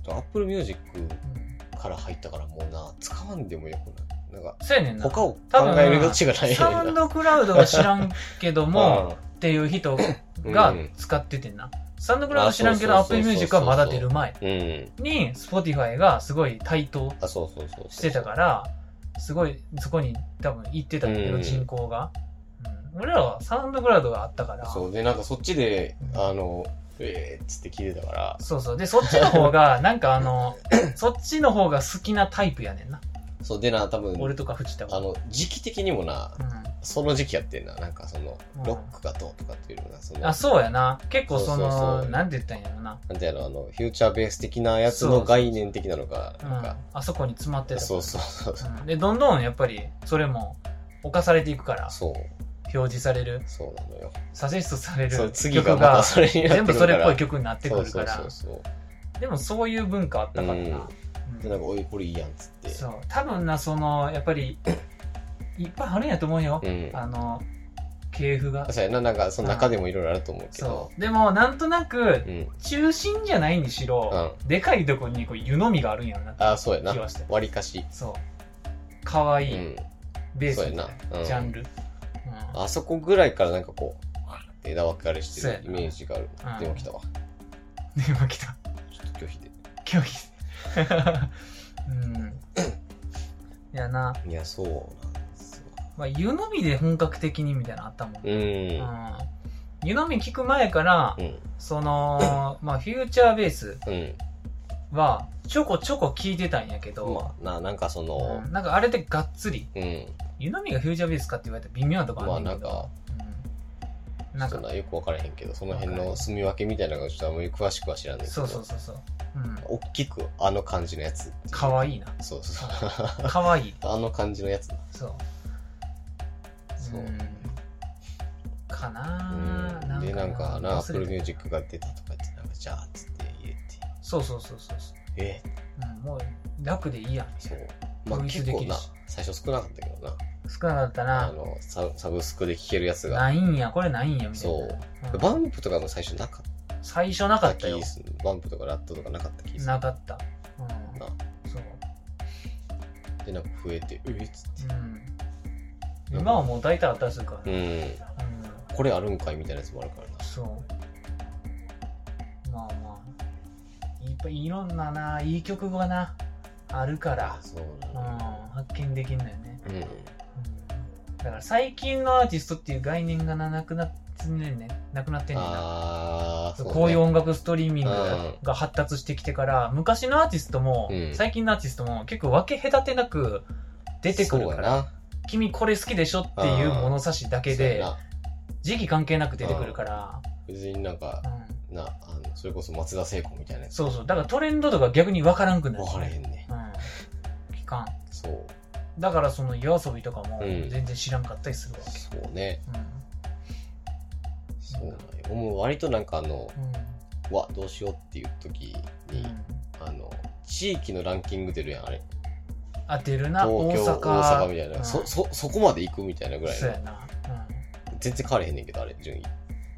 だから Apple Music
うんうん、
から入ったからもうな使わんでもよくないなんか
そうやねんな
他を考える余地がない
サウンドクラウドは知らんけども
うん
っていう人が使っててんな、サウンドクラウド
あ
知らんけど
そう
Apple
そうそう
Music
そう
はまだ出る前
うん。
に Spotify がすごい対等
あ、そうそうそうそう。
してたからすごいそこに多分行ってたんだけど、
うん
人口が、うん、俺らはサウンドクラウドがあったから
そう。で、なんかそっちで、
うん
あの、えーっつって聞いてたから
そうそう。で、そっちの方が、 なんかあの、 そっちの方が好きなタイプやねんな。
そうでな多分
俺とか藤田
あ
は。
の時期的にもな
うん
その時期やってんななんかその
うん
ロックがどうとかっていうよりもなその
あ、そうやな。結構その、
そうそうそう
なんて言ったんやろな。
なんていうのあのフューチャーベース的なやつ
そう
の
そう
概念的なのが
う
なん
ん
か。
あそこに詰まってたから
そうそうそう
うんで、どんどんやっぱり、それも、犯されていくから、
そう
表示される、
そうなのよ
サジェストされ
そう
る
次
曲
がまた
が、
それにな
全
って
部
くる
そ
か
れっぽ
ら
い曲になってくるから、
そうそうそう
でもそういう文化あったからな。
そうでなんかおいこれいいやんっつって
そう多分なそのやっぱりいっぱいあるんやと思うよ、
うん
あの系譜が
そうやななんかその中でもいろいろあると思うけど
そうでもなんとなく
うん
中心じゃないにしろ、でかいとこにこう湯飲みがあるんやろなって
ああそうや
気
な
はして
割りかし
そうかわ
う
いい、
ん
ベースみたい
そうやなう
なんジャンル、うん
あそこぐらいからなんかこう枝分かれして
そうや
る
な
イメージがある
うん
電話来たわ
電話来た
ちょっと拒否で
拒否うんいやな、
いやそうなんですよ
まあ、湯飲みで本格的にみたいなのあったもん、
う
うん湯飲み聞く前から、
うん
その、まあ、フューチャーベース
うん
は、ちょこちょこ聞いてたんやけど、
まあななんかその
うんなんかあれでがっつり、
うん
湯飲みがフューチャーベースかって言われたら微妙なとこあんねんけど、
まあ
うん、なん
ちょ
か
っと、なよく分からへんけどその辺
わか
の
る
住み分けみたいなのがちょっとあんまり詳しくは知らないけど
そうそうそうそう、うん、
大きくあの感じのやつ
かわい
い
いな、
そうそうそう
かわいい、
あの感じのやつ
そう。
そうん
かなぁ、
うんでなんかな Apple
忘れた
Music が出たとか言ってなんかじゃあっつって入れて
そうそうそうそう。
え
うん、もう楽でいいやん、み
ー、
た
そ
いな
うまあ
統一
結
で
構
きる
な
し
最初少なかったけどな
少なかった
あ
な。
のササブスクで聴けるやつが
ないんや、これないんや、みたいな。
そう
うん
バンプとかも最初なかっ
最初なか
た
った
気
よ
が。するバンプとかラットとかなかった気がする
なかった。うん。
な
そう。
でなんか増えてうえっつって
うん。今はもう大体あったりするから
う
ね。う
ん
ん。
これあるんかいみたいなやつもあるからな
そう。まあまあ。いっぱいいろんなな、いい曲がな、あるから、
そうな
うん、
の
発見できんのよね。
うん
うん。だから最近のアーティストっていう概念がななくなってんねんね。なくなってんねんな。
ああ
そうこういう音楽ストリーミング
うん
が発達してきてから、昔のアーティストも、
うん
最近のアーティストも結構分け隔てなく出てくるから、君これ好きでしょっていう物差しだけで、時期関係なく出てくるから、
別になんか
うん
なあのそれこそ松田聖子みたいなやつ
そうそう。だからトレンドとか逆に分からんくなる。
分からへんね
うん。期間。
そう
だからその夜遊びとかも
うん
全然知らんかったりするわけ。
そうね
う
そうなんよもう割となんかあの
ん。
うわどうしようっていう時
うん。
にあの地域のランキング出るやんあれ
当てるな、
東
大
京
阪。
大阪みたいな、
うん
そそそこまで行くみたいなぐらい
そうや
の
な。
全然変われへんねんけどあれ順位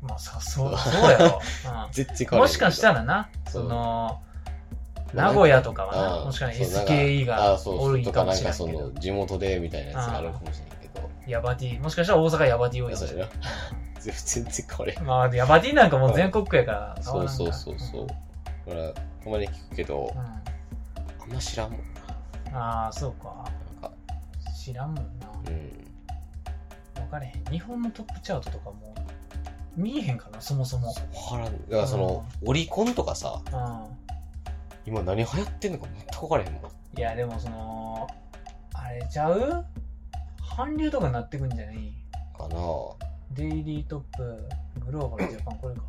うん。まあさ、そう、そうや ろ。うん。
全然変われへん
もしかしたらな、
そ
そうの、名古屋とかは
う
な、
ん
もしか
そう
したら SKE
あ
が
そう
おるん
と
か
か
も
なん
し
か
れんけ
そ
ど
の、地元でみたいなやつがあるかもしれんけど
ヤバティ、もしかしたら大阪ヤバティ多い
い
か
や
も
そ
しれ。
うんやな 全然変われへん
まあ、ヤバティなんかもう全国区やから、
そうそうそうそ
うん
うだからたまに聞くけど
う。
あんま知らんもんなん
ああ、そうか。
なんか
知らんもんな。
うん
分かれへん。日本のトップチャートとかも、見えへんかな、そもそも。
分からんだからそのオリコンとかさ
う
今何流行ってんのか全く分からへんもん
ん。いや、でもその、あれちゃう韓流とかになってくんじゃない
かな
デイリートップ、グローバルジャパン、これか。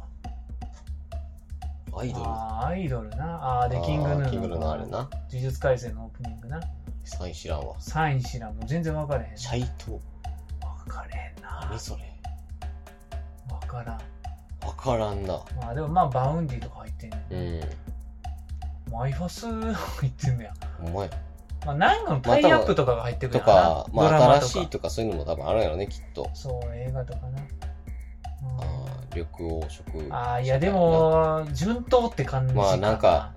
アイドル
ああ、アイドルな。ああー、で、キングヌー
あーキングヌーのあれな
呪術廻戦のオープニングな。
サイン知らんわ
サイン知らん。もう全然分かれへん。
シャイト
分かれへんな
何。それ
分からん。
分からんな
まあでもまあ、バウンディとか入ってんね
うん
ん。マイファス入ってんねや。
お前
まあ、何のタイアップとかが入ってく
と
るやろな
か、ま
ドラ
あ、
マ
新
と
しい
か。
とかそういうのも多分あるんやろねきっと
そう、映画とかな。うん
あー緑黄色
ああ、いやでも、順当って感じか
まあなんか。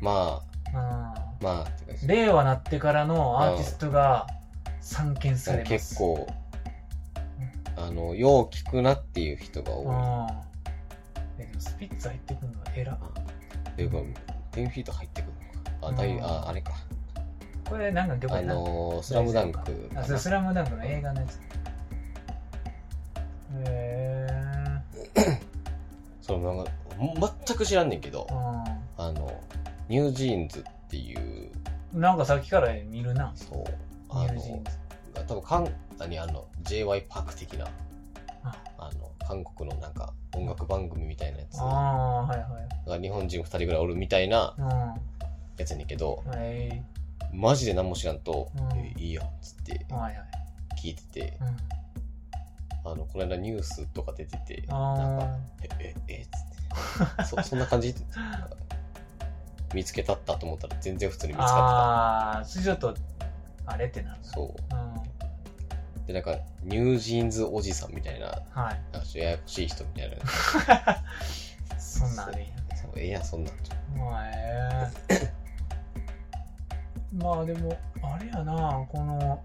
ま
うん
あまあって感じ
令和なってからのアーティストが参見されます。
結構あのよう聞くなっていう人が
うん。
多
えでもスピッツ入ってくるのは偉い。
いというか10フィート入ってくるのかあだい
うん
ああれか
これなんかどこ
あ
やな。
のー「スラムダンク
あ、そう、スラムダンクの映画のやつ。へえ
そのなんか全く知らんねんけど、
う
あの、ニュージーンズっていう、
ん。なんかさっきから見るな。
そう、
ニ
あ
ュージーン
の、
ズ。
多分韓、何あの、J.Y. パーク的な
あ、
あの、韓国のなんか音楽番組みたいなやつ
ああー、はいはい。
が日本人二人ぐらいおるみたいな
う
やつやねんけど、
ん。え
マジで何も知らんと、
うん
えいいよっつって
ー、はいはい。
聞いてて、
うん。
あの、この間ニュースとか出てて、なんか、
あ
え、え、え、つって。そ、そんな感じ なんか見つけたったと思ったら全然普通に
ー
見つか
あー、それちょっと、あれってなる
ってた。。そう。
うん。
で、なんか、ニュージーンズおじさんみたいな、
はい。
なんかちょっとややこしい人みたいな。
そんなんでいいや
そうええやん、そんなん。
まあ、ええまあでも、あれやな、この、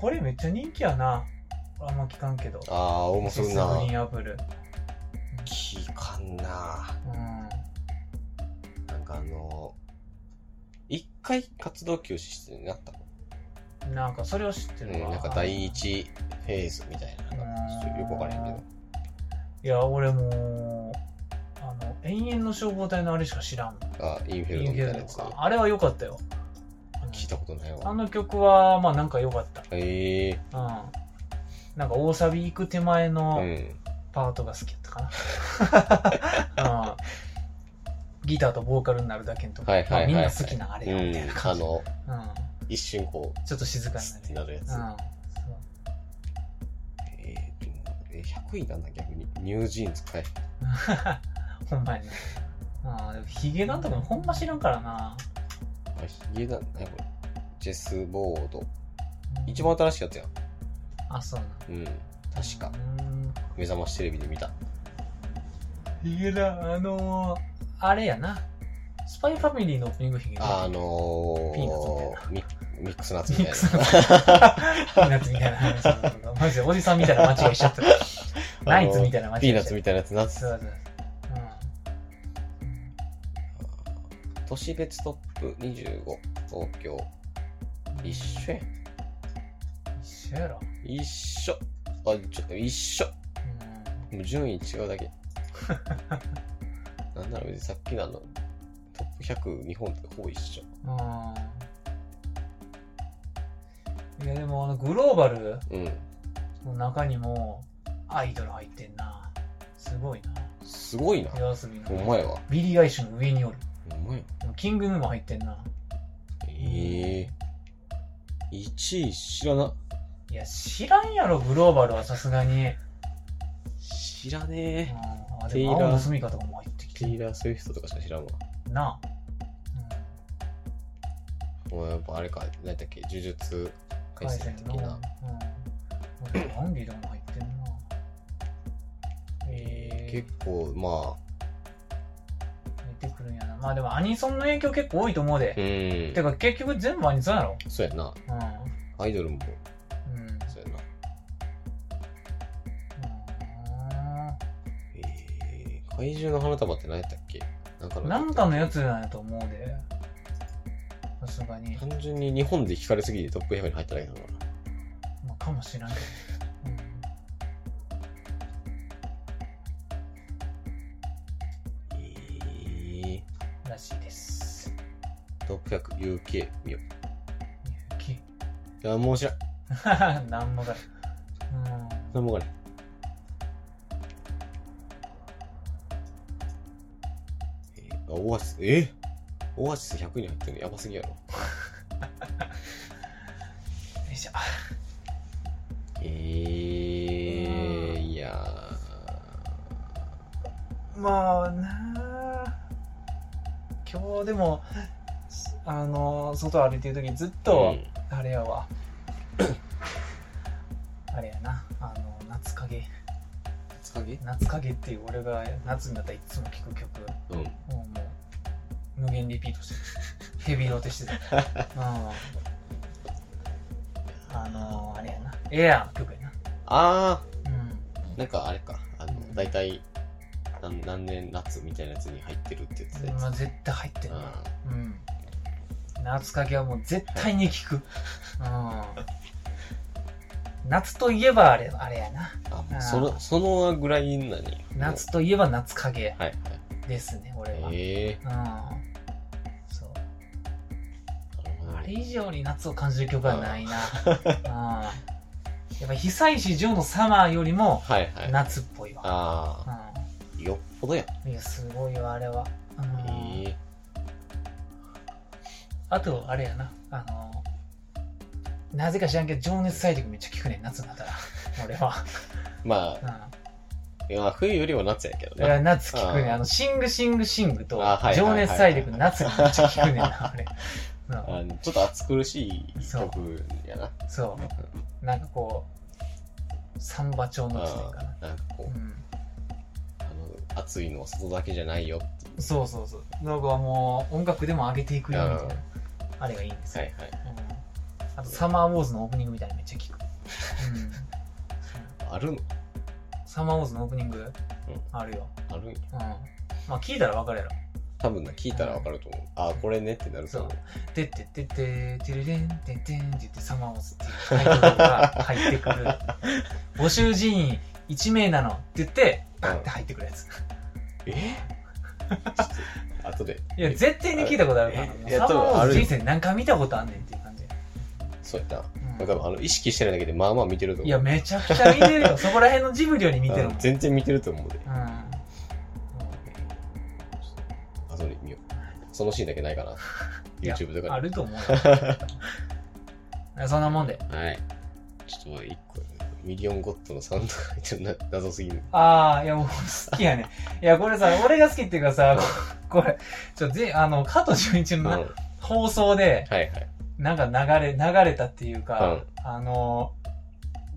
これめっちゃ人気やな。あんま聞かんけど。
ああ、俺もそんな。
リンアプル。
聞かんな。
うん。
なんかあの、一回活動休止してなったの。
なんかそれを知って
う
るわ。
ん、なんか第一フェーズみたいな。なんかちょっとよくわからへんけど。
いや、俺もう、あの、永遠の消防隊のあれしか知らん。
あ、インフェル
イ
ノ
ン
み
フェ
たいな
ル
や
ノ
つ。
か。あれは良かったよ。うん
聞いたことない
あ
わ。
の曲は、まあなんか良かった。
ええ
うん。なんか大サビ行く手前の、
うん。
パートが好きやったかな。うんギターとボーカルになるだけのとこ、
はいはいはいはい
まあみんな好きなあれやみたいな
うん、あ
感じ、
の
うん
一瞬こ
ちょっと静
う
かに
スッて
な
な
る
るや
うん
つ、えーでもえ100位なんだ逆にニュージーンズかい
そうほんまやね、うん、でもヒゲダンとかもほんま知らんからな、
あヒゲだねこれジェスボード一番新しいやつやん
あそうな
うん確か
うん
目覚ましテレビで見た
ヒゲダンあのーあれやなスパイファミリーのオープニングヒゲ
あ
ダン
の
ピーナッツみたい
ー、ミミックスナッツみ
ミ
た
ッ
い
クス
な
ナッツピーナッツみたいな話だったのがマジでおじさんみたいな間違いしち ゃった ナイツみたいな間違いしちゃった
ピーナッツみたいなやつナッツ
そうそう
都市別トップ25東京
そう。
一緒やん
ん。一緒やろ。
一緒あちょ一緒
う
もう順位違う だけ。なんなら別にさっきのあの、トップ100、日本とほぼ一緒。
ん。うん。いや、でも、あの、グローバル
うん。
の中にも、アイドル入ってんな。すごいな。
すごいな。
夜遊び
お
の。
前は。
ビリー・アイシュの上におる。
お前は。
キングヌーも入ってんな。
ええー。1位知らな。
いや、知らんやろ、グローバルはさすがに。うん。
知らね
あ、
テ
で
イラ
も、
ー
青の住みかとかも入ってき
テ
て
イ
る
ラー・スウィフトとかしか知らんわ。
な。
もうやっぱあれか、何だっけ、呪術
うん。
回
海鮮
戦的
の。うん。
な。
アンディとかも入ってんな。
え
え
ー、
ー
結構、ま
出てくるんやなまあでもアニソンの影響結構多いと思うで
あ、う、ん
て。か結局全部アニソンやろ
そうやな。
うん
アイドルも、
うんうん
そうやな。えー、怪獣の花束って何やったっけなんかの
なんかのやつなんやと思うでさすがに、
単純に日本で惹かれすぎてトップ100に入っただけだか
まあ、かもしらんけど、うん
ら。え
らしいです
ー、トップ 100UK 見よ
ゆき
う。いや、もう知ら ん。
なんもだう
なんもわからん。えー、あオアシス、えオアシス100に入ってるのやばすぎやろ。
んよいしょ
えー、
うん
いや
まあなあ今日でもあの外歩いてる時ずっ
ー。
と、
うん
あれやわ あれやなあの夏影
夏影
夏影っていう俺が夏になったらいつも聴く曲も
うん。
うもう無限リピート してるヘビーロテしてたうんあのあれやなエアーの曲やな
あ
うん
ー、なんかあれか。あの、だいたい、なん何年夏みたいなやつに入ってるって言ってたやつ。
まあ、絶対入ってる
う
なんうん夏影はもう絶対に聴くうん夏といえばあれ、あれやな。
あ
あー
そのそのぐらいなに
夏といえば夏影
はい
ですね、俺は。
はいえ
うん。そう。
ーなるほど
あれ以上に夏を感じる曲はないな。うん。やっぱ久石譲のサマーよりも
はいはい
夏っぽいわ。
ああよっぽどや
うん。いや、すごいよ、あれは。うん
ええ
あと、あれやな。あの、なぜか知らんけど、情熱大陸めっちゃ聞くねん、夏になったら。俺は。
ま
うん。
あいや冬よりは夏やけど
いや
ね
夏聞くねん
あー
あの、シングシングシングと
あはい、
情
はいはいはい
熱大陸の夏がめっちゃ聞くねんな、あれ。うん
あのちょっと暑苦しい曲やな
そう。なんかこう、サンバ調のつねんかな。
あーなんかこう、
う
あの暑いのは外だけじゃないよってい
ん。そうそうそう。なんかもう、音楽でも上げていくよみたいな
うん。
あれがいいんです
う
よ。
はいはい
うんあと、サマーウォーズのオープニングみたいにめっちゃ聞く。うん。
あるの
サマーウォーズのオープニングあるよ。
あるんや
うん。まあ、聞いたらわかるやろ。
多分な聞いたらわかると思う、ああこれねってなると思う
てってってって、てるれん、てんてんって言って、サマーウォーズっていうタイトルが入ってくる。募集人員1名なのって言って、バンって入ってくるやつ。
えちょっと後で
いや、絶対に聞いたことあるから
え
な。
いや
サマーウォ
多分あ
ー
る
ズ人生何回見たことあんねんっていう感じ。
そうやな、
うん
多分あの意識してないだけでまあまあ見てると思う
いや、めちゃくちゃ見てるよ。そこら辺のジブリより見てるもん。う
あ
ん。
全然見てると思うで
うん
後で見ようそのシーンだけないかな YouTube と
あ
か
ると思 うよ。そんなもんで。
ではいちょっと一個ミリオンゴッドのサウンドが入ってるな謎すぎる
ああ、いや、もう好きやね。 いや、これさ、俺が好きっていうかさ、 これ、ちょ、ぜ、あの、加藤純一
うん
のな
はい
放送で、
はい
なんか流れ、流れたっていうか、あの、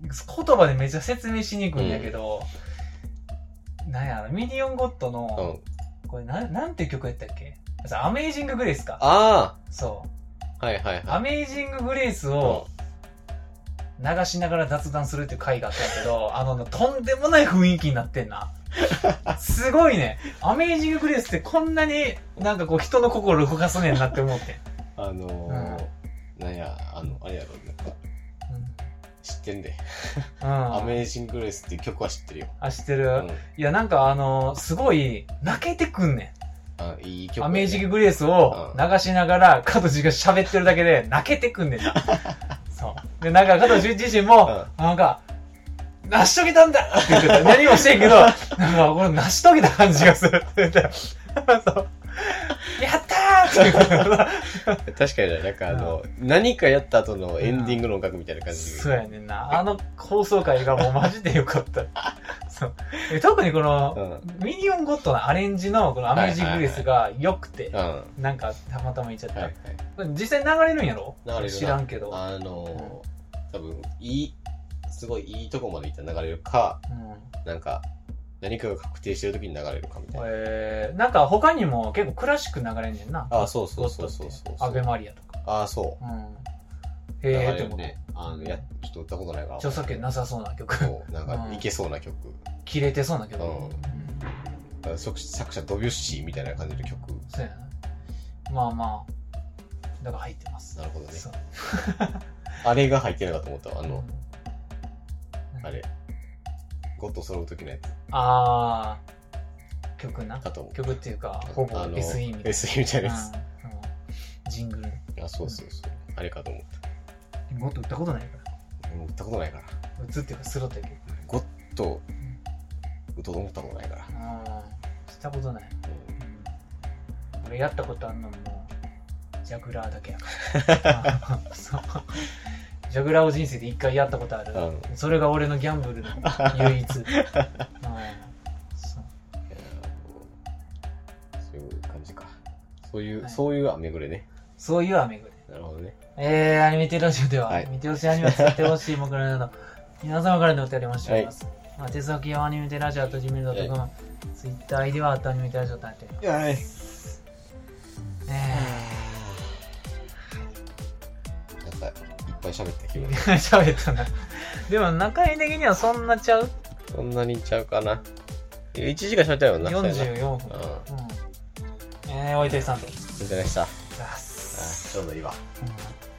言葉でめっちゃ説明しにくいんだけど、なんやろ、ミリオンゴッド
う
の、
ん
これなん、なんていう曲やったっけさアメイジンググレースか。
あ
そ。
あはいはいうは
ア
い
メイジンググレース
う
を流しながら雑談するっていう回があったんやけど、 あの、とんでもない雰囲気になってん な。すごいね。アメイジンググレースってこんなになんかこう人の心を動かすねんなって思っ て。
んあのーなんやあのあれやろなんか知ってんで
うん。
「
うん
アメージング・グレース」っていう曲は知ってるよ、
あ、知ってる。
うん、
いや、なんかあのすごい、泣けてくんね
あいい曲
ん。
やね
アメージンググレースを流しながら、加藤純一が喋ってるだけで泣けてくんねん な。そう。で、なんか加藤純一自身も、なんか、成し遂げたんだ って言ってた。何もしてんけど、なんか、これ成し遂げた感じがするって言って た。そう。やったーって言ってた。
確かにねなんかあの、何かやった後のエンディングの音楽みたい な感じ、
そうやねんな。あの放送回がもうマジでよかった。そう。で特にこの、
うんうん
ミニオンゴッドのアレンジのこのアメージンググレースが良くて、
は
なんかたまたま言っちゃっ
い
た。
はい
これ実際流れるんやろ
流れるな
知らんけど。うん
あのー多分いいすごいいいとこまでいったら流れるかなんか何かが確定してる時に流れるかみたいな、
えー、なんか他にも結構クラシック流れんねんな。
あそうそうそうそうそう
ゴッドってアベマリアとか。
ああそ
うん。
う
へえー、
流
っ
れ
て
る
思って
ね。あのやちょっと打ったことないから
著作権なさそうな曲。
そうなんか
うん
いけそうな曲、
切れてそうな曲。
うん
うん
作作者ドビュッシーみたいな感じの曲
そうやな。まあまあ。だから入ってます。
なるほどね
そう
あれが入ってるかと思ったわあ
う
の
ん、
あれゴッド揃う時のやつ
あー、曲な
か。と思う
曲っていうか、ほぼ SE みたい
SE みたいな
な。
やつ
うんうんジングル。
あそうそうそうあれかと思った
もっと打ったことないから。
もう打ったことないから
打つっていうか、スロットやけど。
ゴッド打とうと思ったことないから
うんしたことない、
うん
うん、俺やったことあんのもジャグラーだけや からそうジャグラーを人生で一回やったことある、
うん
それが俺のギャンブルの唯 一、うんそう
いやーそういう感じかそういう、
はい
そういう雨ぐれね
そういう雨ぐれ
なるほどね
えー、アニメテラジオでは、
はい
見てほしいアニメを使ってほしい僕らな ど、皆様からのお便りをお待ちしております。まあ、手先はアニメテラジオとジメルドットコム、ツイッターではアットアニメテラジオとなっておりま
はい
す。ね
なんかいっぱい喋った気
え
分
喋ったな。でも中身的にはそんなちゃう
そんなにいっちゃうかないや1時間喋ったよなそうや
44分。
な
う
うん
ん。えー、おいてさんと。
それでしたあ
ざっす
ちょうどいいわ
うん